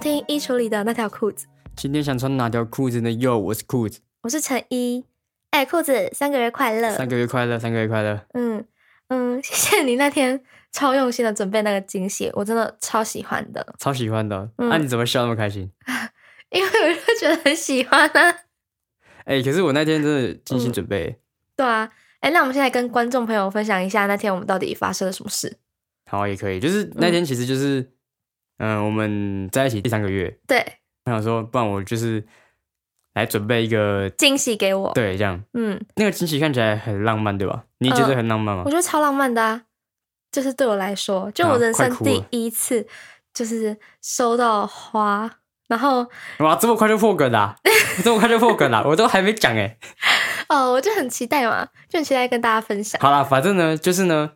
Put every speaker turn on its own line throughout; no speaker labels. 听《衣橱里的那条裤子》，
今天想穿哪条裤子呢？哟，我是裤子。
我是陈一。哎、裤子，三个月快乐！
三个月快乐，三个月快乐。
嗯嗯， 谢谢你那天超用心的准备那个惊喜，我真的超喜欢的，
超喜欢的。那、
嗯
你怎么笑那么开心？
因为我就觉得很喜欢啊。
哎、可是我那天真的精心准备。
对啊，哎、那我们现在跟观众朋友分享一下那天我们到底发生了什么事。
好，也可以。就是那天其实就是，嗯、我们在一起第三个月，
对，
我想说，不然我就是来准备一个，
惊喜给我。
对，这样
嗯，
那个惊喜看起来很浪漫，对吧？你觉得很浪漫吗
我？觉得超浪漫的啊。就是对我来说，就
啊
我人
快
生
哭
第
了
一次，就是收到花，然后
哇，这么快就破梗 啦、这么快就破梗啦、我都还没讲哎、
哦，我就很期待嘛，就很期待跟大家分享。
好啦，反正呢，就是呢，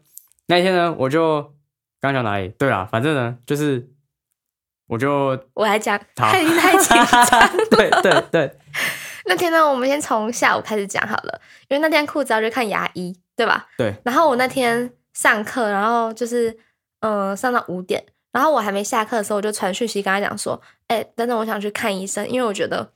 那一天呢，我就刚讲哪里？对啦，反正呢，就是我就
我来讲，
好
他已经太紧 张。
对对对，
那天呢，我们先从下午开始讲好了，因为那天裤子要去看牙医，对吧？
对。
然后我那天上课，然后就是嗯、呃上到五点，然后我还没下课的时候，我就传讯息跟他讲说，哎、等等，我想去看医生，因为我觉得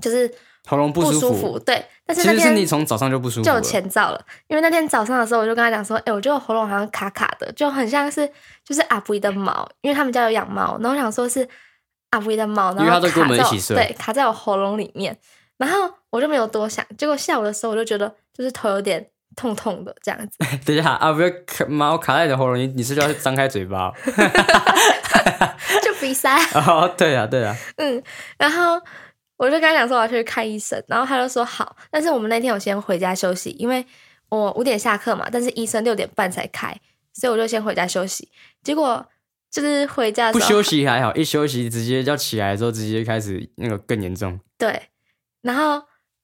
就是
喉咙不舒
舒
服。
对，但是
其
那
实是
天
你从早上就不舒服
就有
了，
前兆了，因为那天早上的时候，我就跟他讲说，哎、我觉得我喉咙好像卡卡的，就很像是就是阿布的毛，因为他们家有养猫，然后我想说是阿布的毛，然
因为
后
他都跟我们
卡在
一起睡
对，卡在我喉咙里面，然后我就没有多想，结果下午的时候我就觉得就是头有点痛痛的这样子，
等一下啊，不要卡毛卡在你的喉咙，你你是不是要张开嘴巴哦？
就鼻塞，
哦，对啊，对啊，
嗯，然后我就跟他讲说我要去看医生，然后他就说好，但是我们那天我先回家休息，因为我五点下课嘛，但是医生六点半才开，所以我就先回家休息。结果就是回家
不
的时候
休，息还好，一休息直接要起来的时候，直接开始那个更严重。
对，然后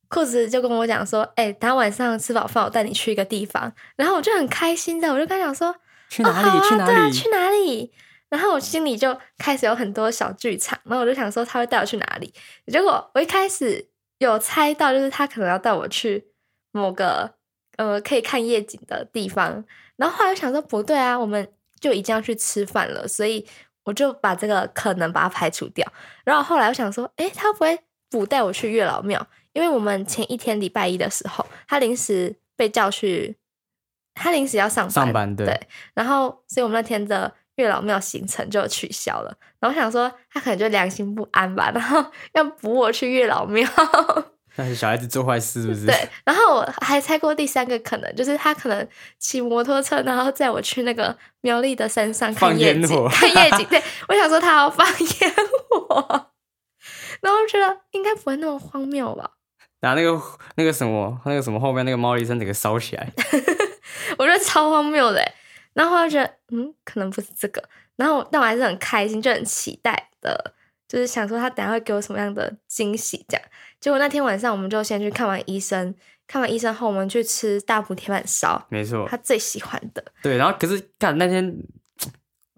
裤子就跟我讲说，哎、等下晚上吃饱饭我带你去一个地方，然后我就很开心的，我就跟他讲说，
去
哦，
哪里？
好啊、
去哪
对啊，
里？
去哪里？然后我心里就开始有很多小剧场，然后我就想说他会带我去哪里？结果我一开始有猜到，就是他可能要带我去某个呃可以看夜景的地方，然后后来我想说不对啊，我们就已经要去吃饭了，所以我就把这个可能把它排除掉。然后后来我想说，诶，他会不会不带我去月老庙？因为我们前一天礼拜一的时候，他临时被叫去，他临时要上班，
上班对
对，然后，所以我们那天的月老庙行程就取消了。然后我想说，他可能就良心不安吧，然后 要补我去月老 庙。
那是小孩子做坏事是不是？
对，然后我还猜过第三个可能，就是他可能骑摩托车，然后载我去那个苗栗的山上
放
看夜
烟
景
火，
看夜景。对，我想说他要放 烟火， 然后我觉得应该不会那么荒谬吧。
然后那个那个什么那个什么后面那个猫医生整个烧起来，
我觉得超荒谬的欸。然后我就觉得，嗯，可能不是这个。然后我，但我还是很开心，就很期待的，就是想说他等下会给我什么样的惊喜这样。结果那天晚上，我们就先去看完医生，看完医生后，我们去吃大埔铁板烧，
没错
他，最喜欢的。
对。然后可是看那天，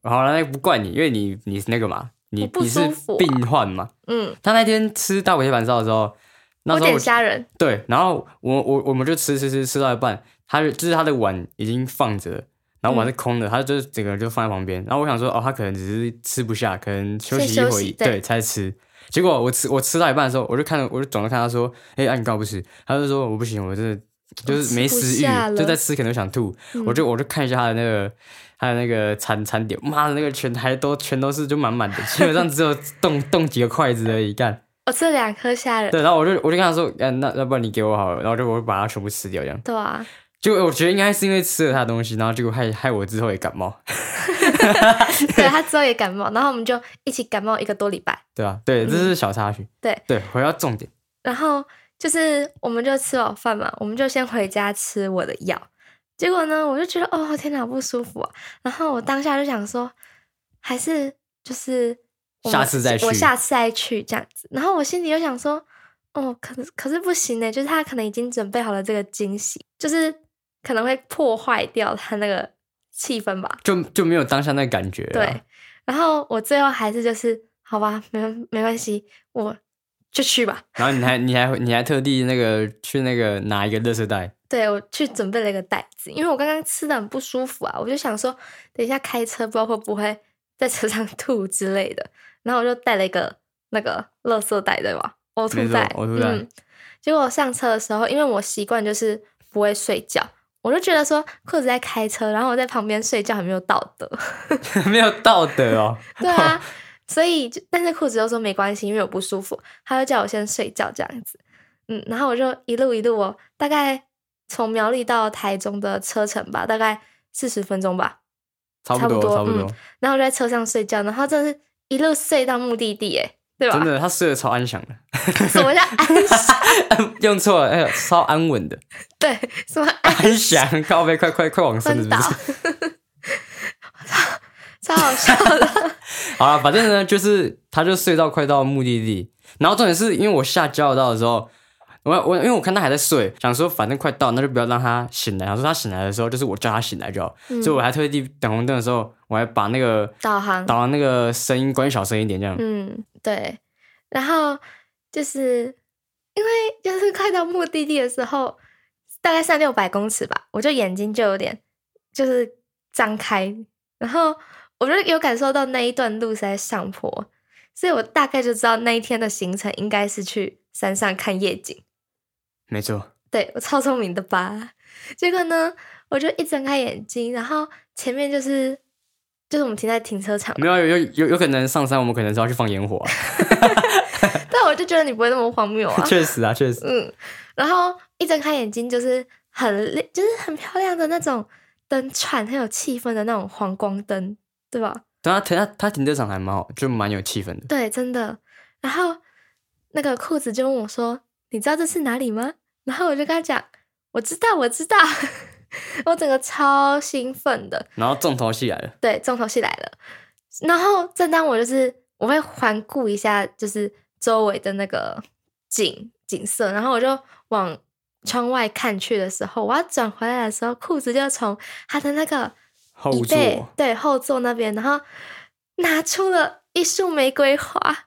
好了，那个不怪你，因为你你是那个嘛，你
我不
你是
舒服啊
病患嘛。
嗯，
他那天吃大骨铁板烧的时候，那
我
时候
点
我
虾仁，
对，然后我我我们就吃吃吃吃到一半，他就就是他的碗已经放着了，然
嗯
后碗是空的，他就整个人就放在旁边。然后我想说，哦，他可能只是吃不下，可能休息一
先休
会
息对
对，才吃。结果我吃我吃到一半的时候，我就看我就转头看他说，哎、啊你干嘛不吃？他就说我不行，我真的就是没食
哦我吃不下了
欲，就在吃可能想吐。
嗯
我就我就看一下他的那个他的那个餐餐点，妈的那个全台都全都是就满满的，基本上只有动动几个筷子而已，干。
我吃了两颗虾仁。
对，然后我就我就跟他说，嗯、那要不然你给我好了，然后就我就把它全部吃掉这样。
对啊，
就我觉得应该是因为吃了他的东西，然后结果害害我之后也感冒，
对他之后也感冒，然后我们就一起感冒一个多礼拜。
对吧、对，这是小插曲。
嗯对
对，回到重点，
然后就是我们就吃饱饭嘛，我们就先回家吃我的药。结果呢，我就觉得哦天哪，好不舒服啊！然后我当下就想说，还是就是我们
下次再去
我下次再去这样子。然后我心里又想说，哦，可是可是不行呢，就是他可能已经准备好了这个惊喜，就是可能会破坏掉他那个气氛吧。
就就没有当下那个感觉了。
对，然后我最后还是就是好吧，没没关系，我就去吧。
然后你还你还你还特地那个去那个拿一个垃圾袋，
对我去准备了一个袋子，因为我刚刚吃的很不 舒服啊，我就想说等一下开车不知道会不会在车上吐之类的。然后我就带了一个那个垃圾袋对吧？呕吐
没错
袋，
呕吐袋
嗯。结果上车的时候，因为我习惯就是不会睡觉，我就觉得说裤子在开车，然后我在旁边睡觉很没有道德。
没有道德哦。
对啊，所以就但是裤子又说没关系，因为我不舒服，他就叫我先睡觉这样子。嗯，然后我就一路一路哦，大概从苗栗到台中的车程吧，大概四十分钟吧。
差不
差不多
多，差不多
嗯，然后我就在车上睡觉，然后真的是一路睡到目的地，哎，对
真
吧？
的，他睡得超安详的，
什么叫安详？
用错了，哎呦，超安稳的，
对，什么安
安详，靠背，快快快往生
昏
了
倒
是不是？？
超好笑的，
好了，反正呢，就是他就睡到快到目的地，然后重点是因为我下交流道的时候，我我因为我看他还在睡，想说反正快到，那就不要让他醒来。想说他醒来的时候，就是我叫他醒来就好，所以我还特地等红灯的时候，我还把那个
嗯导航
导航那个声音关小声一点，这样。
嗯，对。然后就是因为就是快到目的地的时候，大概三六百公尺吧，我就眼睛就有点就是张开，然后我就有感受到那一段路是在上坡，所以我大概就知道那一天的行程应该是去山上看夜景。
没错，
对我超聪明的吧？ 结果呢，我就一睁开眼睛，然后前面就是就是我们停在停车场嘛，
没有有有有有可能上山，我们可能是要去放烟火、啊，。
但我就觉得你不会那么荒谬啊
确实啊，确实。
嗯，然后一睁开眼睛就是很亮，就是很漂亮的那种灯串，很有气氛的那种黄光灯，对吧？
但他啊停他他停车场还蛮好，就蛮有气氛的。
对，真的。然后那个裤子就问我说：“你知道这是哪里吗？”然后我就跟他讲：“我知道，我知道。” 我整个超兴奋的，
然后重头戏来了，
对，重头戏来了。然后正当我就是我会环顾一下，就是周围的那个景景色，然后我就往窗外看去的时候，我要转回来的时候，裤子就从他的那个
后
椅
座
背对后座那边，然后拿出了一束玫瑰花，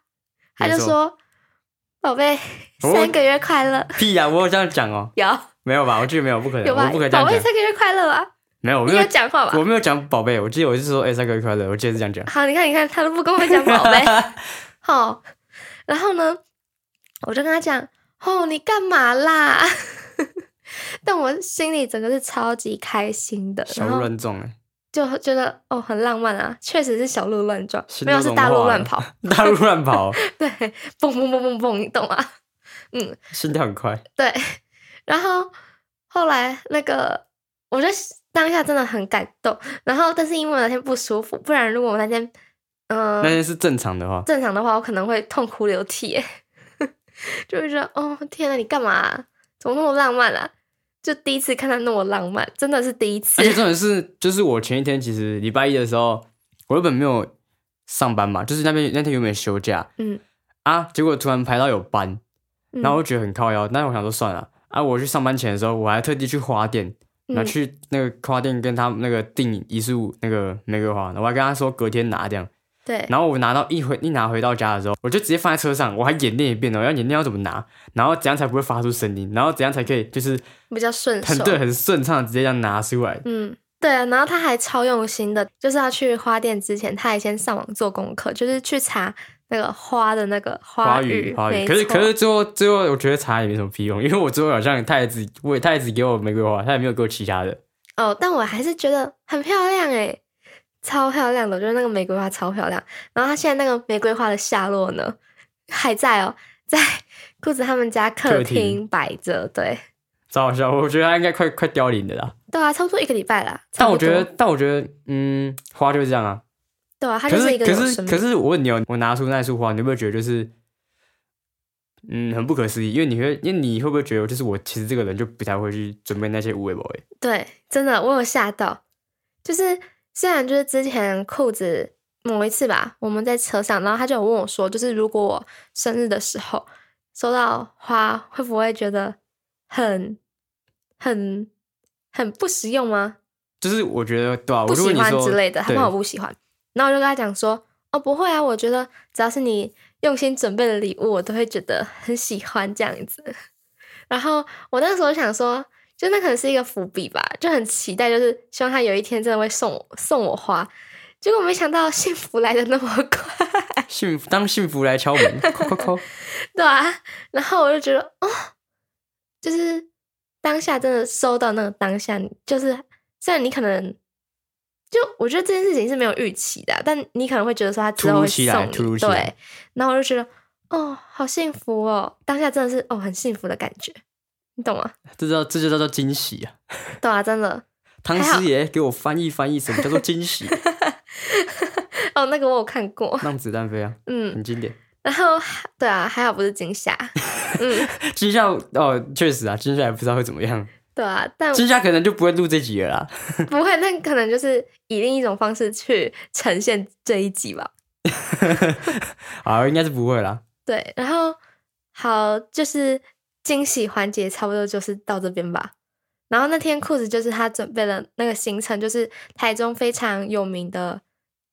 他就
没错
说：“宝贝，
哦
三个月快乐。
屁呀、我有这样讲哦、
有
没有吧？我记得没有，不可能，
有吧？
我不可以这
宝
样
贝，
讲。
三个月快乐吧？
没有，我
你
没
有
有
讲话吧？
我没有讲宝贝，我记得我是说，哎、三个月快乐，我记得是这样讲。
好，你看，你看，他都不跟我 讲宝贝。好，然后呢，我就跟他讲：“哦，你干嘛啦？” 但我心里整个是超级开心的，
小
然
鹿
后
乱撞哎，
就觉得哦很浪漫啊，确实是小鹿乱撞，
心
没有
都
是
融
大
化
鹿
了
乱跑，
大鹿 乱跑，
对，蹦蹦蹦蹦蹦，你懂吗？ 嗯，
心跳很快。
对，然后后来那个，我就当下真的很感动。然后，但是因为我那天不舒服，不然如果我那天，嗯、
那天是正常的话，
正常的话，我可能会痛哭流涕耶， 就会觉得哦，天呐，你干嘛啊、怎么那么浪漫啊？就第一次看到那么浪漫，真的是第一次
而。且重点是，就是我前一天其实礼拜一的时候，我原本没有上班嘛，就是那边那天原本休假，
嗯
啊，结果突然排到有班，
嗯
然后我就觉得很靠腰，但是我想说算了，啊，我去上班前的时候，我还特地去花店，然后
嗯
去那个花店跟他们那个订一束那个玫瑰花，然后我还跟他说隔天拿这样，
对，
然后我拿到一回一拿回到家的时候，我就直接放在车上，我还演练一遍哦，要演练要怎么拿，然后怎样才不会发出声音，然后怎样才可以就是
比较顺手
很。对很顺畅地直接这样拿出来，
嗯，对啊，然后他还超用心的，就是要去花店之前，他还先上网做功课，就是去查那个花的那个
花
语。
语花语。
没
可是可
错
是最后最后我觉得查也没什么屁用，因为我最后好像他也只我也他也只给我玫瑰花，他也没有给我其他的。
哦，但我还是觉得很漂亮诶，超漂亮的，我觉得那个玫瑰花超漂亮。然后它现在那个玫瑰花的下落呢，还在哦，在裤子他们家客
客厅
厅摆着。对，
超好笑，我觉得他应该快快凋零的啦。
对啊，差不多一个礼拜啦。差
但
不
我觉
多
得，但我觉得，嗯，花就是这样啊。
对啊，它
可
就是
是
一个
可
有
是
生
可
命。
是，我问你哦，我拿出那束花，你会不会觉得就是，嗯，很不可思议？因为你会，因为你会不会觉得，就是我其实这个人就不太会去准备那些无为 boy，
对，真的，我有吓到。就是虽然就是之前裤子某一次吧，我们在车上，然后他就有问我说，就是如果我生日的时候收到花，会不会觉得很很很不实用吗？
就是我觉得对啊，
不
我就
喜
问你
欢
说
之类的，他
对
怕我不喜欢。然后我就跟他讲说，哦，不会啊，我觉得只要是你用心准备的礼物，我都会觉得很喜欢这样子。 然后我那时候想说，就那可能是一个伏笔吧，就很期待，就是希望他有一天真的会送我送我花。结果没想到幸福来的那么快，
幸福当幸福来敲门，扣 扣扣。
对啊，然后我就觉得哦，就是当下真的收到那个当下，你就是虽然你可能就我觉得这件事情是没有预期的啊，但你可能会觉得说他之
突
后
如
会
其来突
送
如
你，
其来
对，然后我就觉得哦，好幸福哦，当下真的是哦很幸福的感觉，你懂吗？
这叫这就叫做惊喜啊！
对啊，真的
唐
还好
师爷给我翻译翻译，什么叫做惊喜？
哦，那个我有看过，
让子弹飞啊，
嗯，
很经典。
然后对啊，还好不是惊吓，嗯，
惊吓哦，确实啊，惊吓也不知道会怎么样，
对啊，但
惊吓可能就不会录这集了啦。
不会，那可能就是以另一种方式去呈现这一集吧。
啊，应该是不会啦。
对，然后好，就是惊喜环节差不多就是到这边吧。然后那天裤子就是他准备了那个行程，就是台中非常有名的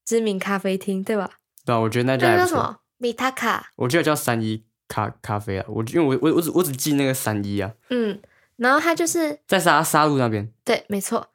知名咖啡厅，对吧？
对啊，我觉得那家
那
还
叫
不
什
错。
么米塔卡，
我记得叫三一咖咖啡啊，我因为我我我只我只记那个三一啊，
嗯，然后他就是
在沙沙路那边。
对，没错。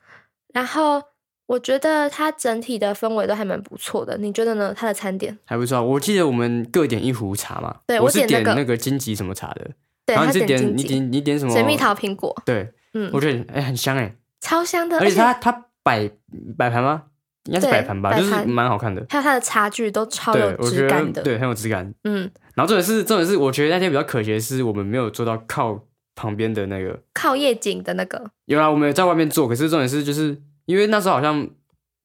然后我觉得它整体的氛围都还蛮不错的，你觉得呢？它的餐点，
还不错啊，我记得我们各点一壶茶嘛，
对
我
我
是
点
点
那个
那个金桔什么茶的，
对，
然后
它
你是
点
点你
荆棘，
点你点什么
水蜜桃苹果，
对，
嗯
我，觉得哎、很香哎、
超香的，
而且它它摆摆盘吗？应该是
呃对
摆盘吧，
摆
就是
盘
蛮好看的，
还有它的茶具都超有
对，我
质
觉
感
得
的，
对很有质感。
嗯，
然后重点是重点是，我觉得那天比较可惜的是，我们没有做到靠旁边的那个，
靠夜景的那个，
有啦，我们有在外面做，可是重点是就是因为那时候好像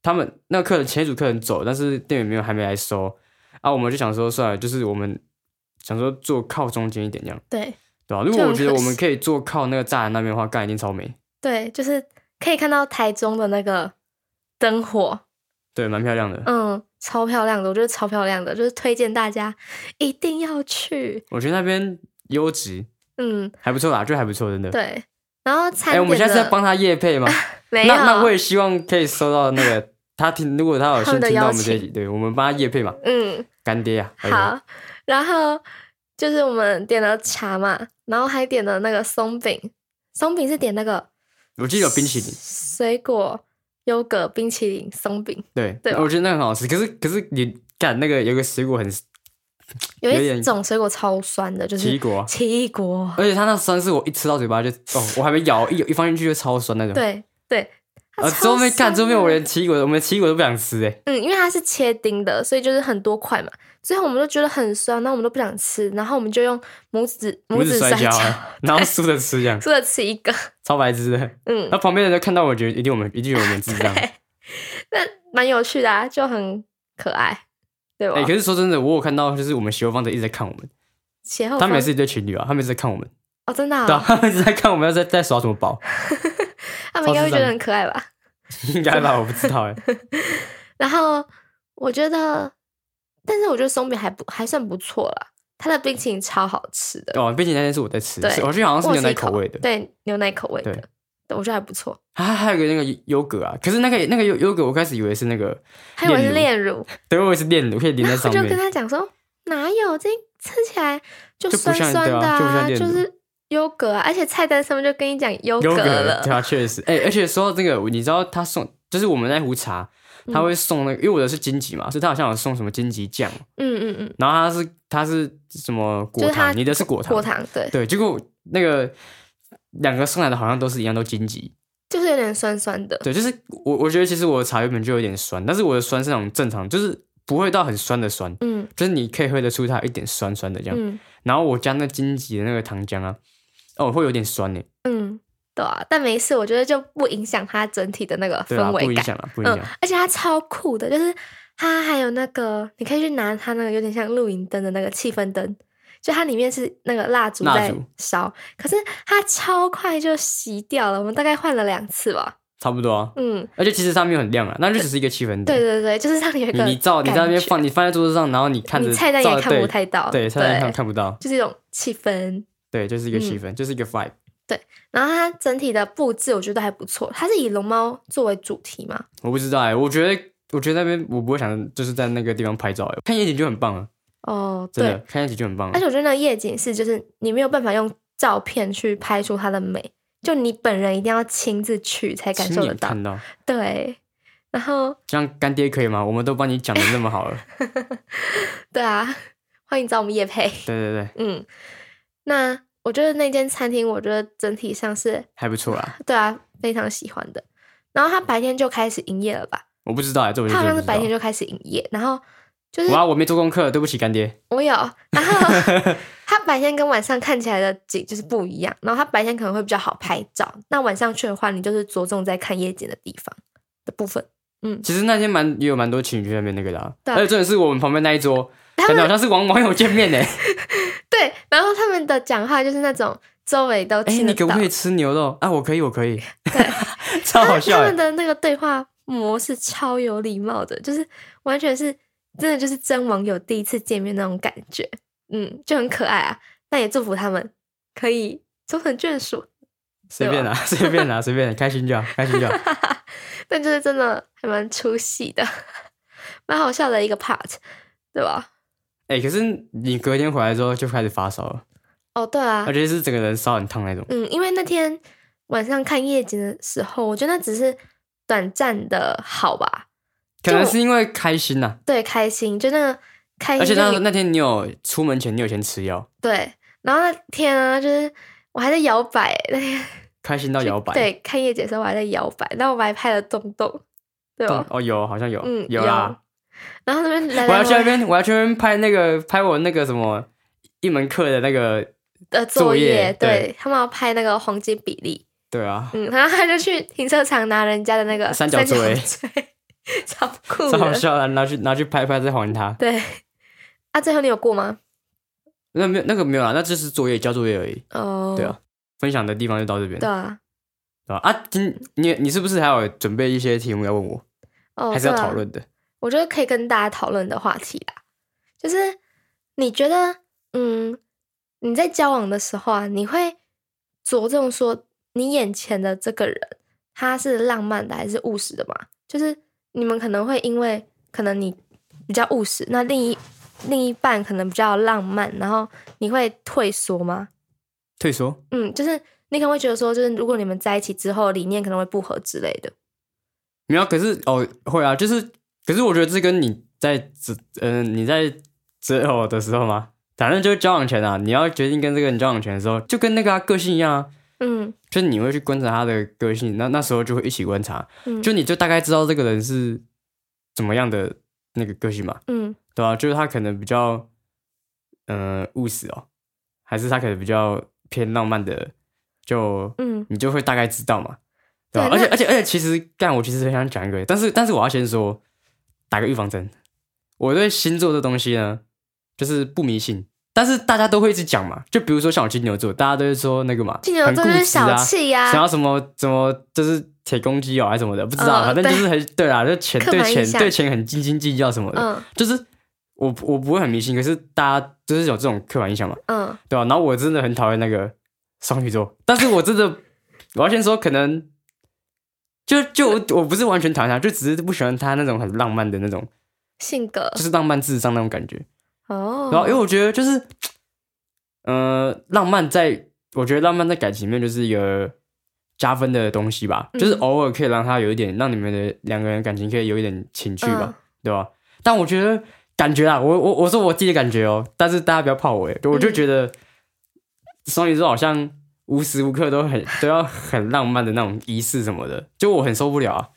他们那个客人前一组客人走，但是店员没有还没来收啊，我们就想说算了，就是我们想说坐靠中间一点这样。
对
对啊，如
就
果我
很
觉得
可
我们
惜
可以坐靠那个栅栏那边的话，干一定超美，
对，就是可以看到台中的那个灯火，
对，蛮漂亮的。
嗯，超漂亮的，我觉得超漂亮的，就是推荐大家一定要去，
我觉得那边优质
嗯，
还不错啦，就还不错，真的。
对。然后
哎、
餐
我们
点
现在是
的啊
在帮他夜配吗？
没有，
那那我也希望可以收到那个他听，如果他有
他
幸
们的
听到
邀
我们这一
请
集，对我们帮他夜配嘛，
嗯，
干爹啊。哎呦，
好，然后就是我们点了茶嘛，然后还点了那个松饼，松饼是点那个
我记得有冰淇淋，
水果优格冰淇淋松饼，
对，
对啊吧
我觉得那很好吃。可是可是你干那个有个水果很
有
有
一
点
种水果超酸的，就是
奇异果啊
奇异果，
而且它那酸是我一吃到嘴巴就哦，我还没咬一一放进去就超酸那种。
对对。它
啊，
超
之后面干，
酸
之后面我
的
连奇异果，我们奇异果都不想吃哎、
嗯，因为它是切丁的，所以就是很多块嘛。最后我们就觉得很酸，那我们都不想吃，然后我们就用拇指
拇
指
指摔跤
跤，
啊， 然后竖着吃这样，
输了吃一个。
超白痴 的。
嗯，
那旁边人都看到，我觉得一定我们一定有我 们智障。哎、
对，啊那蛮有趣的啊，就很可爱，对吧？
哎欸可是说真的，我有看到，就是我们媳妇方在一直在看我们，
斜后
他
方
们也是一对情侣啊，他们一直在看我们，
哦，真的、
对、啊，
啊，
他们一直在看我们要在在耍什么宝，
他们应该会
超
觉
智障
得很可爱吧？
应该吧？我不知道 哎、
然后我觉得，但是我觉得松饼还不还算不错啦，它的冰淇淋超好吃的，
哦，毕竟那天是我在吃，
对
是我记得好像是
我有
牛
吃
奶
一
口味的。
对，牛奶口味的
对，
对我觉得还不错。
啊，还有一个那个优格啊，可是那个那个优优格，我开始以为是那个，
还有是
炼
炼乳，
对，我以为是炼乳，可以淋在
然后
上
我就跟
面。
他讲说，哪有这吃起来就
就不
酸
像
酸的
对啊就不像
啊，
炼乳
是优格啊，而且菜单上面就跟你讲优
优格
了，
对啊，确实，哎、而且说到这个，你知道他送，就是我们那壶茶，他会送那个，因为我的是荆棘嘛，所以他好像有送什么荆棘酱，
嗯嗯嗯，
然后它是它是什么
就
果
是它
糖，你的是果糖，
果糖对，
对，结果那个两个送来的好像都是一样，都荆棘。
就是有点酸酸的，
对，就是我我觉得其实我的茶原本就有点酸，但是我的酸是那种正常，就是不会到很酸的酸，
嗯
就是你可以喝得出它有一点酸酸的这样。
嗯
然后我加那荆棘的那个糖浆啊，哦，会有点酸呢，
嗯，对啊，但没事，我觉得就不影响它整体的那个
对啊，
氛
不
围
影
感，
响啊，不影
嗯
响。，
而且它超酷的，就是它还有那个，你可以去拿它那个有点像露营灯的那个气氛灯，就它里面是那个蜡烛
蜡
在
烛
烧，可是它超快就熄掉了，我们大概换了两次吧。
差不多啊。
嗯，
而且其实它没有很亮啊，那就只是一个气氛
对
灯。
对对，就是让你有一
你
个
你照你在那边
感觉，
放，你放在桌子上，然后你看着
你菜单也
照
看不
对
太到，
对，菜单上
对，
看不到，
就是一种气氛。
对，就是一个气
嗯
氛，就是一个 vibe。
然后它整体的布置我觉得还不错，它是以龙猫作为主题嘛，
我不知道哎、我觉得我觉得那边我不会想就是在那个地方拍照、欸，看夜景就很棒了，
哦，
真
对
的，看夜景就很棒啊
而
了。
且我觉得那个夜景是，就是你没有办法用照片去拍出它的美，就你本人一定要亲自去才感
亲
受得
眼
到
看。到，
对，然后
这样干爹可以吗？我们都帮你讲的那么好了，
对啊， 欢迎找我们叶配。
对对对，
嗯，那我觉得那间餐厅，我觉得整体上是
还不错啦。
对啊，非常喜欢的。然后他白天就开始营业了吧？
我不知道哎、这我就
他好
真
像
的
是
不
白天
知道
就开始营业，然后就是
哇，我没做功课，对不起干爹。
我 有，然后它白天跟晚上看起来的景就是不一样，然后它白天可能会比较好拍照，那晚上去的话，你就是着重在看夜景的地方的部分。
其实那天蛮也有蛮多情侣去那边那个的、啊，
对
而且重点是我们旁边那一桌，
他
感觉
们
好像是网网友见 面呢、
对，然后他们的讲话就是那种周围都
哎、
听得
你可
到，
不可以吃牛肉啊？我可以，我可以，
对，
超好笑
他
哎、
们的那个对话模式超有礼貌的，就是完全是真的就是真网友第一次见面那种感觉，嗯，就很可爱啊。但也祝福他们可以终成眷属。
随便啦，随 便啦，随便，开心就好，开心就好。
但就是真的还蛮出戏的， 蛮好笑的一个 part，对吧？
哎、可是你隔天回来之后就开始发烧了，
哦，对啊
而，且是整个人烧很烫那种。
嗯，因为那天晚上看夜景的时候，我觉得那只是短暂的好吧，
可能是因为开心呐、
对，开心，就那个开心，
而且那
就
那天你有出门前你有先吃药，
对，然后那天啊，就是我还在摇摆，那天
开心到摇 摆。
对，看夜景的时候我还在摇摆，然后我还拍了洞洞，对
动
吧？
哦，有好像有，
嗯，
有啦。
然后那边来
我
来
要去那
往
边，我要去那边拍那个拍我那个什么一门课的那个，
的
作
作
业
业，
对
对他们要拍那个黄金比例，
对啊，
嗯，然后他就去停车场拿人家的那个
三角锥
锥 超 酷
超好
的。
笑的，拿去拿去拍拍再还他。
对，啊，最后你有过吗？
那没有那个没有啦，那就是作业交作业而已。
哦，
对啊，分享的地方就到这边，
对
对
啊，
吧？啊，今你你是不是还有准备一些题目要问我，
哦，
还是要
对啊
讨？论的？
我觉得可以跟大家讨论的话题啦，就是你觉得，嗯，你在交往的时候啊，你会着重说你眼前的这个人他是浪漫的还是务实的吗？就是你们可能会因为可能你比较务实，那另一另一半可能比较浪漫，然后你会退缩吗？
退缩？
嗯，就是你可能会觉得说，就是如果你们在一起之后，理念可能会不合之类的。
没有，可是哦，会啊，就是，可是我觉得这跟你在择，嗯、你在择偶的时候嘛，反正就是交往前啊，你要决定跟这个人交往前的时候，就跟那个、啊、个性一样啊，
嗯
就是你会去观察他的个性，那那时候就会一起观察，
嗯，
就你就大概知道这个人是怎么样的那个个性嘛，
嗯
对吧、就是他可能比较，呃，务实哦，还是他可能比较偏浪漫的，就
嗯，
你就会大概知道嘛，对啊吧？而
对
且
那
而且而且，其实干我其实很想讲一个，但是但是我要先说，打个预防针，我对星座这东西呢，就是不迷信，但是大家都会一直讲嘛，就比如说像我金牛座，大家都会说那个嘛，
金牛
很
座
固
就是
执啊
小气呀、
想要什么什么就是铁公鸡哦，还是什么的，不知道，
嗯
反正就是很对啊啦，就钱
刻
对
板印
钱
象
对钱很斤斤计较什么的，
嗯
就是我我不会很迷信，可是大家就是有这种刻板印象嘛，
嗯
对吧、然后我真的很讨厌那个双鱼座，但是我真的，我要先说，可能就就我我不是完全讨厌他，就只是不喜欢他那种很浪漫的那种，
性格
就是浪漫至上那种感觉。
哦，
然后因为我觉得就是，呃，浪漫在我觉得浪漫在感情里面就是一个加分的东西吧，
嗯
就是偶尔可以让他有一点，让你们的两个人感情可以有一点情趣吧，
嗯
对吧？但我觉得感觉啊，我我我说我自己的感觉哦，但是大家不要泡我耶，我就
嗯
觉得双鱼座好像无时无刻都很都要很浪漫的那种仪式什么的，就我很受不了啊。
哦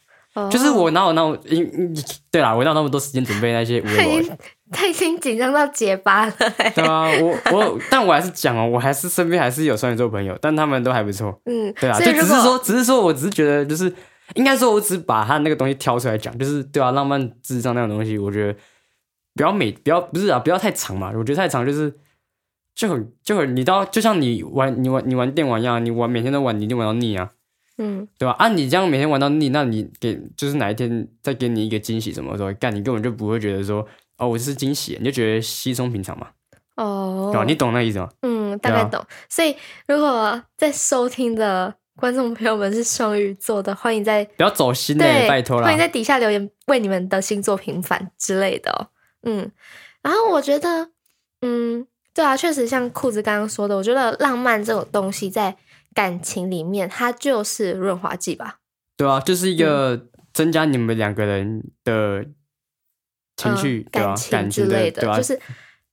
就是我哪有那种，因因对啦，我哪有那么多时间准备那些无
他
聊
已 经他已经紧张到结巴了、欸，
对啊，我我，但我还是讲哦，我还是身边还是有双鱼座朋友，但他们都还不错。
嗯，
对啊，
所
就
以
只
如
是
果
说，只是说我只是觉得，就是应该说，我只把他那个东西挑出来讲，就是对啊，浪漫智障那种东西，我觉得不要每不要不是啊，不要太长嘛，我觉得太长就是就很就很你到就像你玩你玩你玩电玩一样，啊你玩每天都玩，你一定玩到腻啊，
嗯
对吧、啊？你这样每天玩到腻，那你给就是哪一天再给你一个惊喜什么的时候，干你根本就不会觉得说哦，我是惊喜，你就觉得稀松平常嘛，
哦
对啊吧、你懂那意思吗？
嗯大
对
概
啊
懂。所以如果在收听的观众朋友们是双鱼座的，欢迎在
不要走心嘞、欸
对，
拜托啦
欢迎！在底下留言为你们的星座平反之类的哦。嗯，然后我觉得，嗯，对啊，确实像裤子刚刚说的，我觉得浪漫这种东西在感情里面，它就是润滑剂吧。嗯
对啊，就是一个增加你们两个人的情绪、
嗯
对吧、
感情
感
之
情
类
对吧、啊
就是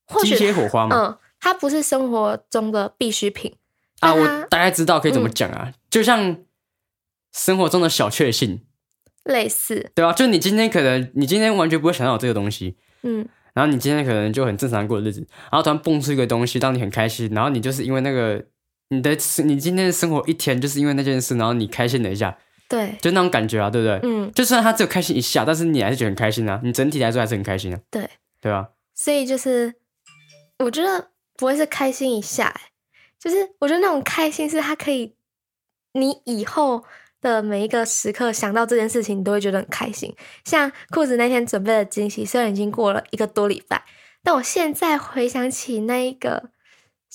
或
激
许
些火花嘛。
嗯，它不是生活中的必需品
啊，
但
我
它
大概知道可以怎么讲啊，就像生活中的小确幸，
类似，
对吧、啊就你今天可能你今天完全不会想到有这个东西，
嗯，
然后你今天可能就很正常过日子，然后突然蹦出一个东西，让你很开心，然后你就是因为那个你的你今天的生活一天就是因为那件事，然后你开心了一下，
对，
就那种感觉啊，对不对？
嗯，
就算他只有开心一下，但是你还是觉得很开心啊，你整体来说还是很开心啊，
对，
对吧、
所以就是我觉得不会是开心一下、欸，就是我觉得那种开心是它可以，你以后的每一个时刻想到这件事情，你都会觉得很开心。像裤子那天准备的惊喜，虽然已经过了一个多礼拜，但我现在回想起那一个。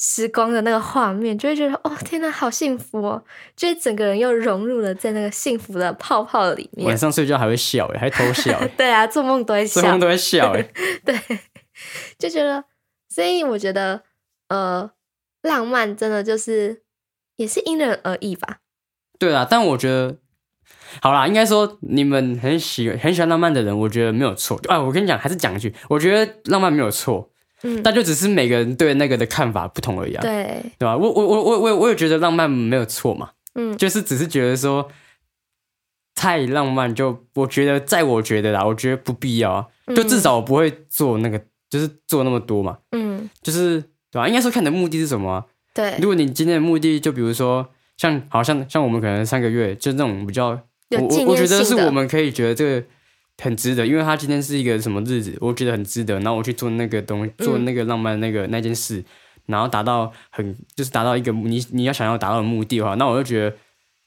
时光的那个画面，就会觉得哦，天哪，好幸福哦！就是整个人又融入了在那个幸福的泡泡里面
晚。上睡觉还会笑哎、还偷笑哎、
对啊，做梦都会
做
笑
梦。都会笑哎、
对，就觉得，所以我觉得，呃，浪漫真的就是也是因人而异吧。
对啦，但我觉得，好啦，应该说你们很喜很喜欢浪漫的人，我觉得没有错。啊，我跟你讲，还是讲一句，我觉得浪漫没有错，
嗯，
但就只是每个人对那个的看法不同而已啊，
对，
对吧？我我我我我我也觉得浪漫没有错嘛，
嗯，
就是只是觉得说太浪漫就，我觉得在我觉得啦，我觉得不必要啊，就至少我不会做那个，就是做那么多嘛，
嗯，
就是对吧？应该说看你的目的是什么啊、
对，
如果你今天的目的，就比如说像好像像我们可能三个月，就那种比较，我
有纪
我
念
我觉得是
性的
我们可以觉得这个很值得，因为他今天是一个什么日子，我觉得很值得。然后我去做那个东，
嗯
做那个浪漫那个、那件事，然后达到很就是达到一个你你要想要达到的目的的话，那我就觉得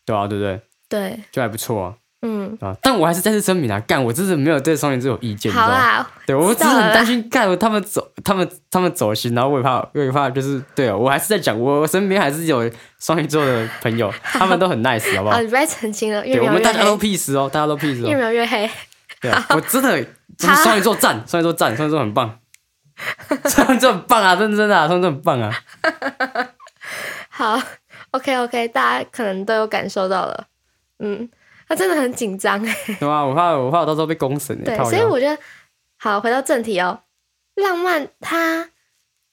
对啊，对不对？
对，
就还不错啊，
嗯，
对啊。但我还是再次声明啊，干，我真的没有对双鱼座有意见，你知
好啊
道吗？
啦，
对，我
知
只是
道
很
了
担
啦
心，干他们走，他们他们走心，然后我也怕，我也怕就是对啊我还是在讲，我我身边还是有双鱼座的朋友，他们都很 nice，好不 好
啊，？你不要澄清了，越
对，我
描
们
越
大家都
黑，
peace 哦，大家都 peace
越
哦。
描越黑。
对啊，我 真的真的
好
双鱼座赞，双鱼座赞，双鱼座很棒，双鱼座很棒啊，真的真的啊，双鱼座很棒啊。
好，OK OK，大家可能都有感受到了，嗯，他真的很紧张哎。
对吧？我怕我怕我到时候被公审欸，
对，
靠
所以
腰
我觉得，好，回到正题哦，浪漫它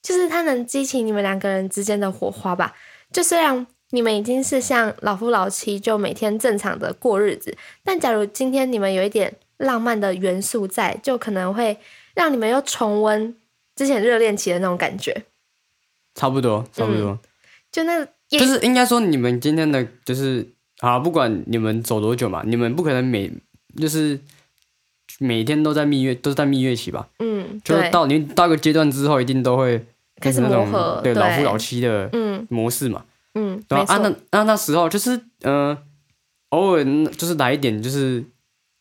就是它能激起你们两个人之间的火花吧。就虽然你们已经是像老夫老妻，就每天正常的过日子，但假如今天你们有一点浪漫的元素在，就可能会让你们又重温之前热恋期的那种感觉，
差不多差不多，
就那也
就是应该说你们今天的就是啊，不管你们走多久嘛，你们不可能每就是每天都在蜜月，都是在蜜月期吧？
嗯，
就是
对，
到你到一个阶段之后，一定都会
开始
那种
磨合
对
对
老夫老妻的
嗯
模式嘛，
嗯，
对
没
吧？啊，
错，
那那那时候就是呃，偶尔就是来一点就是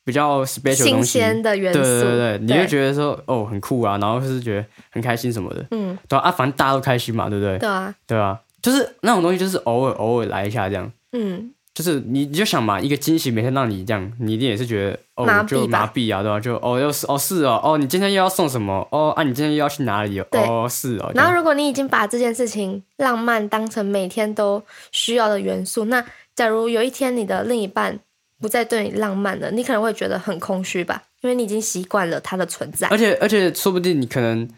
比较 special 的
新
东西，
鲜
对
的元素，
对对对，你
对
会觉得说哦很酷啊，然后就是觉得很开心什么的，
嗯，
对吧啊，反正大家都开心嘛，对不对？
对啊，
对啊，就是那种东西，就是偶尔偶尔来一下这样。
嗯，
就是你，你就想嘛，一个惊喜每天让你这样，你一定也是觉得哦，
麻痹
就麻
吧
痹啊，对吧、就哦，又是哦是哦，哦你今天又要送什么？哦啊，你今天又要去哪里？
对
哦是哦，
然后，如果你已经把这件事情浪漫当成每天都需要的元素，那假如有一天你的另一半不再对你浪漫了，你可能会觉得很空虚吧，因为你已经习惯了他的存在
而。且而且说不定你可能，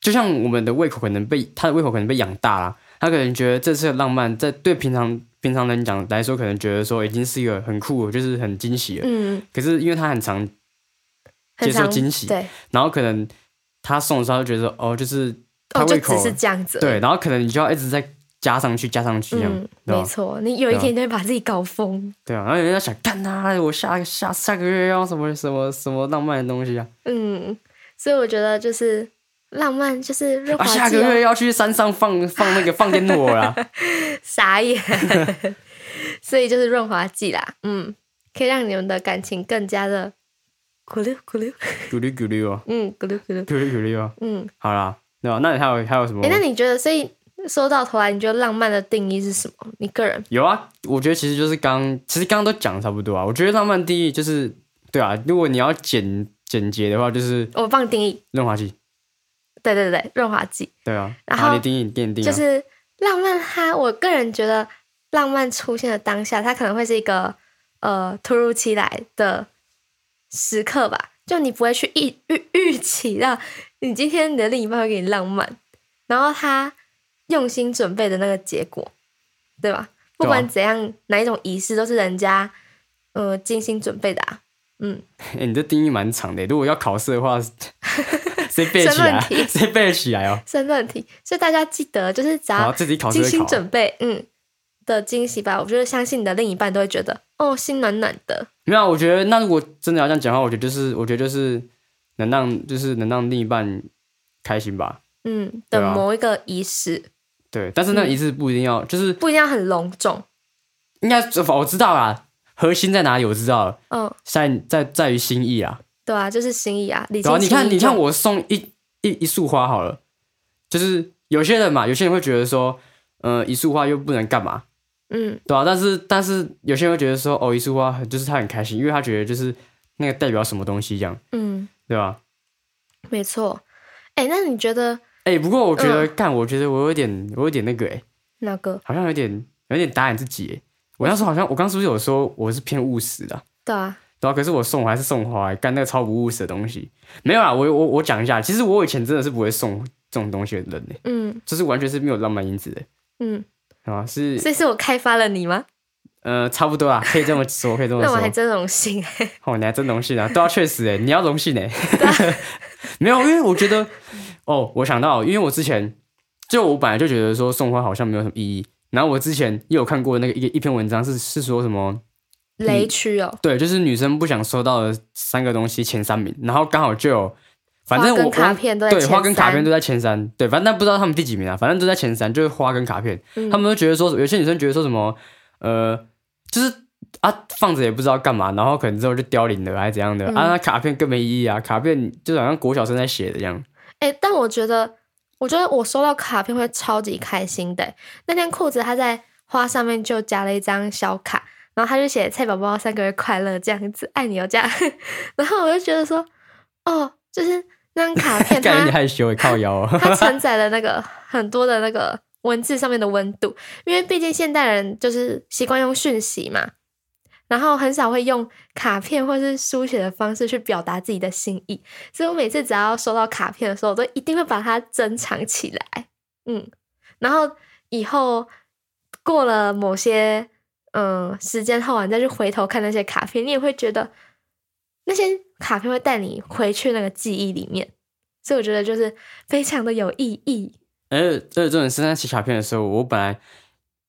就像我们的胃口可能被他的胃口可能被养大了，他可能觉得这次的浪漫，在对平常平常人讲来说，可能觉得说已经是一个很酷，就是很惊喜了。
嗯，
可是因为他很常
很
接受
常
惊喜
对，
然后可能他送的时候，他就觉得哦，就是他
哦，就
胃口、
只是这样子。，
对，然后可能你就要一直在加上去，加上去这样，
嗯，
对
没
吧？
错，你有一天就会把自己搞疯。
对啊，然后人家想干他、我下下下个月要什么什么什么浪漫的东西啊，
嗯，所以我觉得就是浪漫，就是润滑
啊，
剂、哦
下个月要去山上放放那个放电啊 火啦，
傻 眼，所以就是润滑剂啦。嗯，可以让你们的感情更加的咕噜咕噜。
咕噜咕噜哦，
嗯，咕噜咕噜，
咕噜咕噜哦，
嗯，
好啦，对吧？那你还有还有什么
哎、？那你觉得，所以说到头来，你觉得浪漫的定义是什么？你个人，
有啊，我觉得其实就是刚，其实刚刚都讲得差不多啊。我觉得浪漫第一就是，对啊，如果你要简简洁的话，就是
我帮你定义，
润滑剂，
对对对，润滑剂
对啊。
然
好
后
你定义，你定义，
就
啊
是浪漫它。我个人觉得，浪漫出现的当下，它可能会是一个呃突如其来的时刻吧，就你不会去预预预期到你今天你的另一半会给你浪漫，然后他用心准备的那个结果，对吧？不管怎样，哪一种仪式都是人家呃精心准备的啊。嗯，
哎、你这定义蛮长的。如果要考试的话，谁背得起来
申
啊？
论题
谁背得起来哦？
申论题，所以大家记得就是只
好，
要
自己考试
精
会
心
考啊。
准备，嗯的惊喜吧。我觉得相信你的另一半都会觉得哦，心暖暖的。
没有啊，我觉得那如果真的要这样讲的话，我觉得就是，我觉得就是能让，就是能让另一半开心吧。
嗯
对
的
啊
某一个仪式，
对，但是那
嗯
一次不一定要，就是
不一定要很隆重。
应该我知道啦，核心在哪里我知道了，
嗯，
在在在于心意啊。
对啊，就是心意啊，礼
然
轻
后
情
你
意
看，你看
重，
我送一一一束花好了，就是有些人嘛，有些人会觉得说，呃，一束花又不能干嘛，
嗯，
对啊，但是但是有些人会觉得说，哦，一束花很就是他很开心，因为他觉得就是那个代表什么东西这样，
嗯，
对吧？
没错。哎，那你觉得
哎、不过我觉
嗯
得干、我觉得我有点我有点那个哎、
哪个？
好像有点有点打脸自己、欸。我那时候好像我刚是不是有说我是偏务实的啊、
对啊，
对啊，可是我送我还是送花、欸，干那个超不务实的东西。没有啦，我我我讲一下，其实我以前真的是不会送这种东西的人呢、欸，
嗯
就是完全是没有浪漫因子的、
嗯，
欸，啊，是
所以是我开发了你吗？
呃差不多啊，可以这么说，可以这么
那我还
说。
真荣幸。
哦，你还真荣幸啊！对啊，确实哎、你要荣幸哎、 没有，因为我觉得，哦，我想到，因为我之前就我本来就觉得说送花好像没有什么意义，然后我之前也有看过那个一个一篇文章是是说什么。
雷区哦，
对，就是女生不想收到的三个东西前三名，然后刚好就有，反正
花
我
跟
我
卡片都在
对
前
花跟卡片
三
都在前三，对，反正不知道他们第几名啊，反正都在前三，就是花跟卡片，
嗯
他们都觉得说，有些女生觉得说什么，呃，就是啊放着也不知道干嘛，然后可能之后就凋零了还是怎样
嗯
的、啊，那卡片更没意义啊，卡片就好像国小生在写的这样，
哎、但我觉得，我觉得我收到卡片会超级开心的欸。那天裤子他在花上面就夹了一张小卡，然后他就写“菜宝宝三个月快乐”这样子，爱你哦这样。 然后我就觉得说，哦，就是那张卡片
感觉你
它
害羞欸靠腰、哦，
它承载了那个很多的那个文字上面的温度，因为毕竟现代人就是习惯用讯息嘛。然后很少会用卡片或是书写的方式去表达自己的心意，所以我每次只要收到卡片的时候，我都一定会把它珍藏起来。嗯，然后以后过了某些嗯时间后啊，你再去回头看那些卡片，你也会觉得那些卡片会带你回去那个记忆里面，所以我觉得就是非常的有意义。
而且而且重点是在写卡片的时候，我本来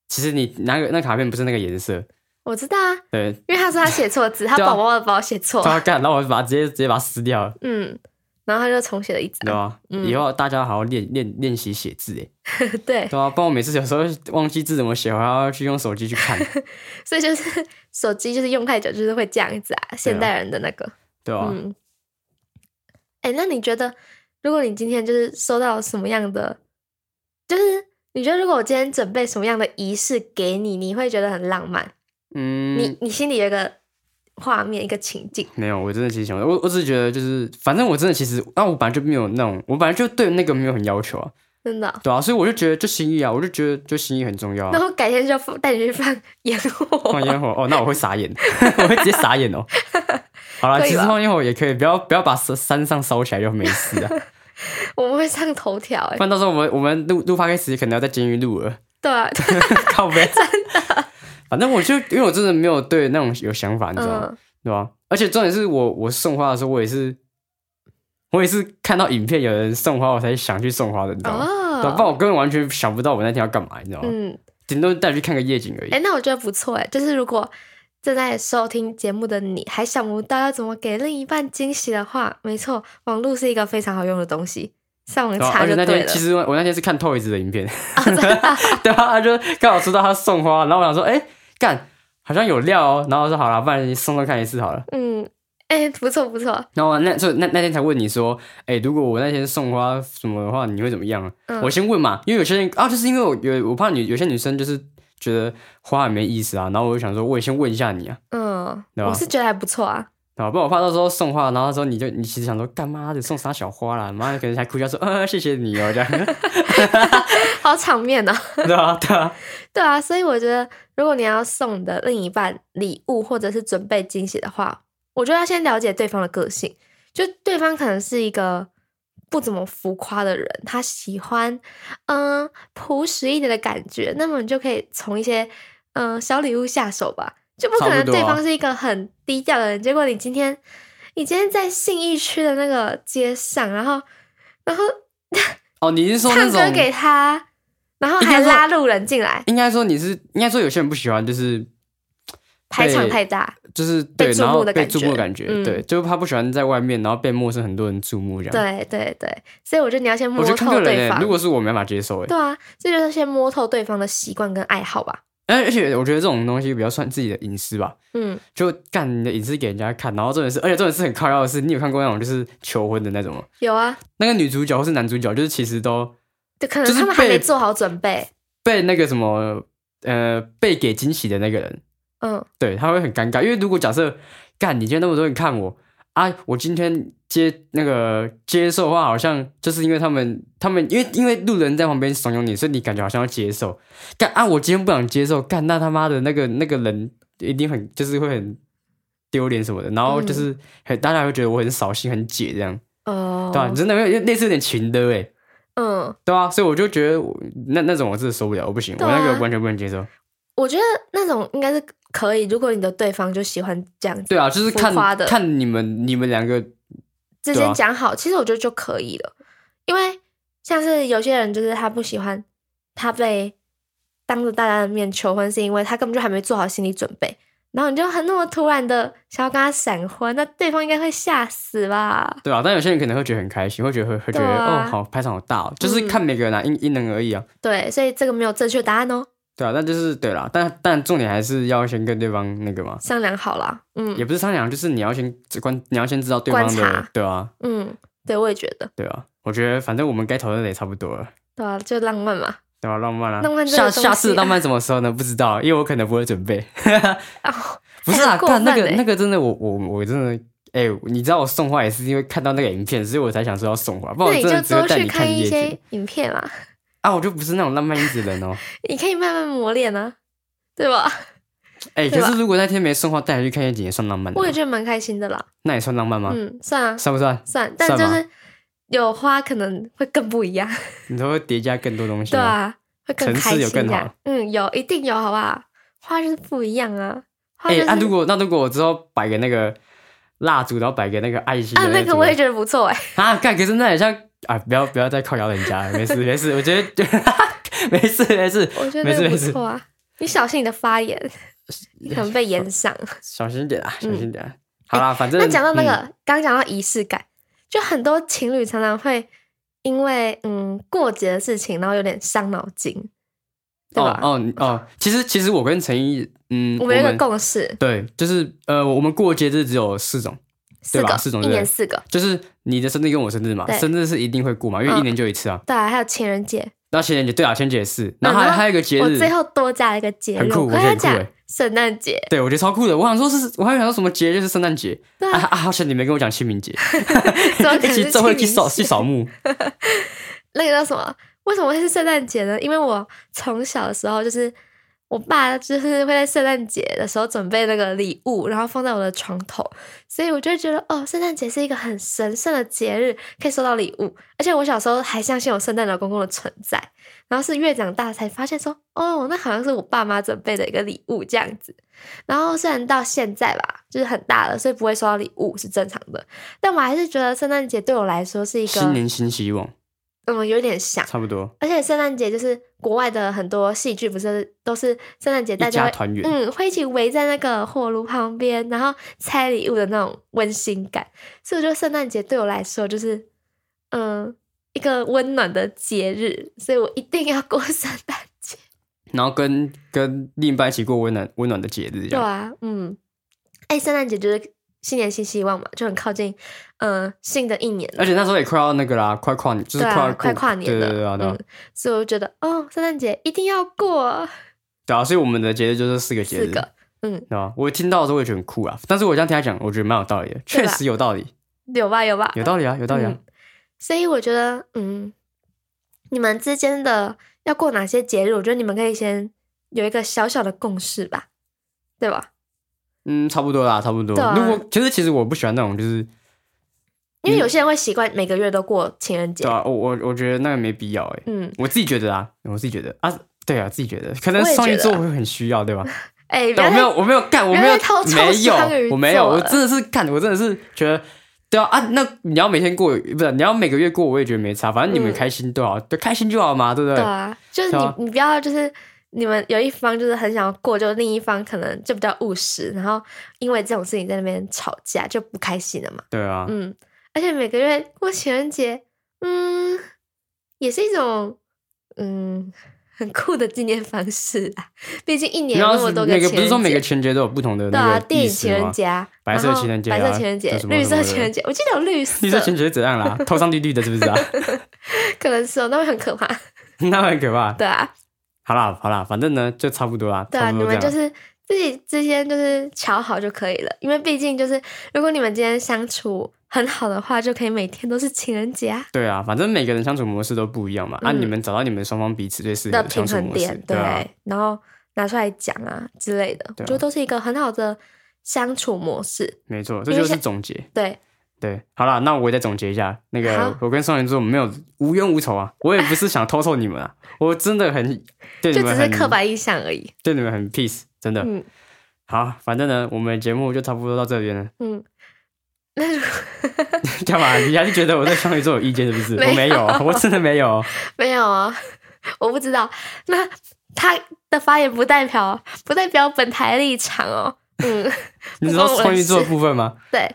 其实你那个那卡片不是那个颜色，
我知道啊，
对，
因为他说他写错字，他
对啊啊
宝宝的宝写错，
他干，然后我就把它直接直接把它撕掉了。
嗯，然后他就重写了一
对
张，
啊，
嗯
以后大家好好练练练习写字哎，
对，
对啊，不然我每次有时候忘记字怎么写，我还要去用手机去看，
所以就是手机就是用太久就是会这样子啊，现代人的那个，
对啊，
嗯，哎、那你觉得，如果你今天就是收到什么样的，就是你觉得如果我今天准备什么样的仪式给你，你会觉得很浪漫？
嗯，
你你心里有一个画面，一个情境，
没有，我真的其实想不到，我我只是觉得就是，反正我真的其实，啊，我本来就没有那种，我本来就对那个没有很要求啊，
真的哦、
对啊，所以我就觉得就心意啊，我就觉得就心意很重要
那
啊。
我改天就放带你去放烟火，
放烟火哦，那我会傻眼， 我会直接 傻眼哦。好啦，
可以
其实
吧
放烟火也可以，不要不要把山山上烧起来就没事啊。
我们会上头条哎、
不然到时候我们我们录录 p o d c 可能要在监狱录了。
对啊，
靠背，真的。反正我就因为我真的没有对那种有想法，你知道吗？
嗯，
对吧、而且重点是我我送花的时候，我也是我也是看到影片有人送花，我才想去送花的，你知道吗？对吧不然
哦，
我根本完全想不到我那天要干嘛，你知道吗？
嗯，
顶多带你去看个夜景而已
哎、。那我觉得不错哎，就是如果正在收听节目的你还想不到要怎么给另一半惊喜的话，没错，网络是一个非常好用的东西，上网
对吧？
查
而且
就
那
对
天
了哦
其。实我我那天是看 Toys 的影片， 对啊，他就刚好知道他送花，然后我想说，哎、干，好像有料哦，然后我说好啦，不然你送送看一次好了。
嗯，哎、不错不错，
然后那就那那天才问你说，哎、如果我那天送花什么的话，你会怎么样啊？
嗯
我先问嘛，因为有些人啊，就是因为我有我怕女有些女生就是觉得花很没意思啊，然后我就想说，我也先问一下你啊，
嗯，
对吧
我是觉得还不错啊。
啊，不然我怕到时候送花，然后之后你就你其实想说干妈的送啥小花啦，妈的可能还哭叫说，呃，谢谢你哦，这样，
好场面哦。
对啊，对啊，
对啊，所以我觉得，如果你要送你的另一半礼物或者是准备惊喜的话，我觉得要先了解对方的个性。就对方可能是一个不怎么浮夸的人，他喜欢嗯朴实一点的感觉，那么你就可以从一些嗯小礼物下手吧。就不可
差
能
不多啊
对方是一个很低调的人，结果你今天你今天在信义区的那个街上，然后然后
哦，你是说那
唱歌给
种，
他，然后
应该
还
说
拉路人进来，
应该说你是，应该说有些人不喜欢，就是
排场
被
太大。
就是对，
注目
然后
的
被
感
注目的
觉
感觉，
嗯
对，就是他不喜欢在外面，然后被陌生很多人注目这样。，
对对对，所以我觉得你要先摸
我觉得看
透
个
对
人、欸，
方
如。果是我没办法接受哎、
对啊，这就是先摸透对方的习惯跟爱好吧。
哎而而且我觉得这种东西比较算自己的隐私吧，
嗯，
就干你的隐私给人家看，然后重点是，而且重点是很靠要的是，你有看过那种就是求婚的那种吗？
有啊，
那个女主角或是男主角，就是其实都
就可
就
能
是
他们还没
被
做好准备。
被那个什么呃被给惊喜的那个人，
嗯，
对他会很尴尬，因为如果假设干你今天那么多人看我啊，我今天接那个接受的话，好像就是因为他们他们因为因为路人在旁边怂恿你，所以你感觉好像要接受。干啊，我今天不想接受，干那他妈的那个那个人一定很就是会很丢脸什么的，然后
嗯
就是很、大家会觉得我很扫兴很解这样，
哦，
对啊吧、真的会类似有点情的哎、
嗯，
对啊，所以我就觉得我那那种我真的受不了，我不行，
对
我
啊
那个完全不能接受。
我觉得那种应该是可以，如果你的对方就喜欢这样子，
对啊，就是看
浮夸的
看你们你们两个
之
对啊
前讲好，其实我觉得就可以了。因为像是有些人就是他不喜欢他被当着大家的面求婚，是因为他根本就还没做好心理准备，然后你就很那么突然的想要跟他闪婚，那对方应该会吓死吧？
对啊，但有些人可能会觉得很开心，会觉得会会觉得、
对啊
哦，好排场好大哦，就是
嗯
看每个人啊，因因人而异啊。
对，所以这个没有正确答案哦，
对啊，但就是对啦，但但重点还是要先跟对方那个嘛，
商量好了。嗯
也不是商量，就是你要先只观，你要先知道对方
观
的
察，
对啊，
嗯，对，我也觉得，
对啊。我觉得反正我们该讨论的也差不多了，
对啊，就浪漫嘛。
对吧、浪漫啊，
浪漫这个
下
东西
下次浪漫什么时候呢？不知道，因为我可能不会准备。
哦，
不 是啊，
很过分
干那个
欸
那个真的我，我我真的，哎、你知道我送花也是因为看到那个影片，所以我才想说要送花，不
欸那
然我
你
真
就
的只
多
会带
去
你
看一
夜景
些影片嘛，
啊，我就不是那种浪漫因子的人哦。
你可以慢慢磨练啊，对 吧？
哎、
对
可
吧
是如果那天没送花，带你去看夜景也算浪漫的
我也
吗，
觉得蛮开心的啦。
那也算浪漫吗？
嗯，算啊，
算不算？
算，但
算
就
吗
是有花可能会更不一样，
你都会叠加更多东西
对
吗，
啊，会更
层次
开
有
心
更
这
好
样。嗯，有一定有，好不好？花就是不一样啊，花
哎、
就是
啊，如果那如果我之后摆个那个蜡烛，然后摆个那个爱心的
啊，那
种
个我也觉得不错 哎，
啊，干，可是那很像啊，不要不要再靠摇人家了， 没事没事，我觉得没事没事，
我觉得
没
那
事
个
没
不
事，
错啊。你小心你的发言，你可能被延上。
小心点啊，小
嗯
心点啊、好啦，反正
那讲到那
嗯
个，刚讲到仪式感，就很多情侣常常会因为嗯过节的事情，然后有点伤脑筋，对
哦
吧？
哦你哦，其实其实我跟陈毅，嗯，
我们有一个共识，
对，就是呃，我们过节日只有四种，
四
对吧
个
四种，
一
对
年四个，
就是你的生日跟我生日嘛，
对
生日是一定会过嘛，因为
嗯
一年就一次啊。
对啊，还有情人节，
那情人节对啊，情人节也是，然后还
嗯然后
还有一个节
我
日，
最后多加了一个节
很
日，
酷
我
我
跟
觉得
他
很
讲
酷欸
圣诞节，
对我觉得超酷的。我想说是，我还想说什么节就是圣诞节
对
啊
啊，
啊！好像你没跟我讲 清明节，
怎么可
一
能
起
是
这会
清
去
明
扫
节
去扫墓，
那个叫什么？为什么会是圣诞节呢？因为我从小的时候就是。我爸就是会在圣诞节的时候准备那个礼物，然后放在我的床头，所以我就会觉得哦，圣诞节是一个很神圣的节日，可以收到礼物。而且我小时候还相信有圣诞老公公的存在，然后是越长大才发现说哦，那好像是我爸妈准备的一个礼物这样子。然后虽然到现在吧，就是很大了，所以不会收到礼物是正常的，但我还是觉得圣诞节对我来说是 一个
新年新希望，
嗯有点像。
差不多。
而且圣诞节就是国外的很多戏剧，不是都是圣诞节大
一
家
家团圆
嗯，会一起围在那个火炉旁边，然后拆礼物的那种温馨感。所以我觉得圣诞节对我来说就是，嗯，一个温暖的节日，所以我一定要过 圣诞节。
然后跟跟另一半一起过温暖温暖的节日，这
对
样
啊，嗯，哎，圣诞节就是新年新希望嘛，就很靠近，嗯，新的一年了
而且那时候也快要那个啦，快跨年，就是
对
快要
啊，
过
快跨年
对
了，
对对啊对啊
嗯，所以我就觉得，哦，圣诞节一定要过啊。
对啊，所以我们的节日就是四个节
四
日，
个，嗯，
对吧？我听到的时候我也觉得很酷啊，但是我这样听他讲，我觉得蛮有道理的，
对吧啊
确实有道理，
有吧有吧，
有道理啊，有道理啊
嗯。所以我觉得，嗯，你们之间的要过哪些节日，我觉得你们可以先有一个小小的共识吧，对吧？
嗯，差不多啦，差不多。
对啊
如果其实其实我不喜欢那种就是
因为有些人会习惯每个月都过情人节
嗯对，啊，我我我觉得那个没必要哎、
嗯，
我自己觉得啊，我自己觉得啊，对啊，自己觉得，可能
我也
双鱼
觉得
座
啊
会很需要，对吧？
哎、不
但
要太
我没有，我没有干，我
原
没有
来偷抽
没有
双鱼，
我没有，
座
我
了
真的是干，我真的是觉得。对啊啊，那你要每天过，不是你要每个月过，我也觉得没差，反正你们
嗯
开心就好，对，开心就好嘛，对不对？
对啊，就是
对
你
啊
你不要就是你们有一方就是很想要过，就另一方可能就比较务实，然后因为这种事情在那边吵架就不开心了嘛。
对啊，
嗯，而且每个月过情人节，嗯，也是一种嗯很酷的纪念方式啊。毕竟一年有
然
那
后
么多情
每个
人节，
不是说每个情人节都有不同的
对啊，
那个
电
意
影
思
情人
吗？
节啊，
白色
然后
情人节啊
白色情人
有
节
什、么
绿
什
色
么
情
的
人节，我记得有绿色，
绿色情人节怎样 啦？头上绿绿的，是不是啊？
可能是哦，那会很可怕。
那很可怕。
对啊，
好啦好啦，反正呢就差不多啦，
对
差
啊，
不
你
多这
们
样
就
啦。
是自己之间就是瞧好就可以了，因为毕竟就是如果你们今天相处很好的话，就可以每天都是情人节啊
对啊，反正每个人相处模式都不一样嘛。啊，
嗯
你们找到你们双方彼此最适合
的
的
平
相处
衡
模式
点，，
对啊，
对，然后拿出来讲啊之类的，我
对啊
觉得都是一个很好的相处模式。
没错，这
因为
就是
像
总结。
对，
对，好啦，那我也再总结一下，那个
好
我跟双鱼座没有无冤无仇啊，我也不是想偷臭 你们啊，我真的很对你
就
们
只是
很
刻板印象而已。
对你啊们很 peace，真的。
嗯
好，反正呢，我们节目就差不多到这边了。
嗯，那如
干嘛？你还是觉得我对双鱼座有意见是不是？
没有
我没有，我真的没 有。
没有啊，我不知道。那他的发言不代表不代表本台立场哦。嗯，
你知道双鱼座的部分吗？
对，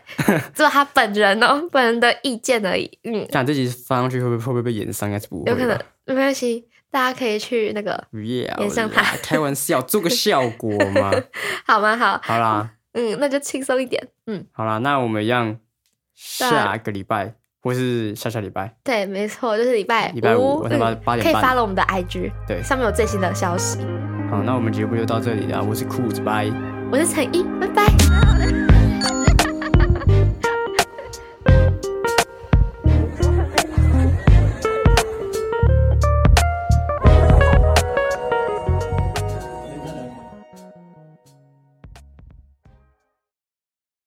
只有他本人哦，本人的意见而已。嗯，
看这集发上去会不会会不会被延上？应该是不会
有可能
吧。
没关系，大家可以去那个
Yeah，
延上它
啦开玩笑，做个效果 嘛。
好吗？好，
好啦，
嗯，那就轻松一点。嗯，
好啦，那我们一样
对啊
下个礼拜或是下下礼拜，
对，没错，就是礼拜
礼拜五晚上八
嗯
八点
可以
半
发了我们的 IG，
对
上面有最新的消息。
好，那我们节目就到这里了。我是裤子拜。
我是陈一，拜拜。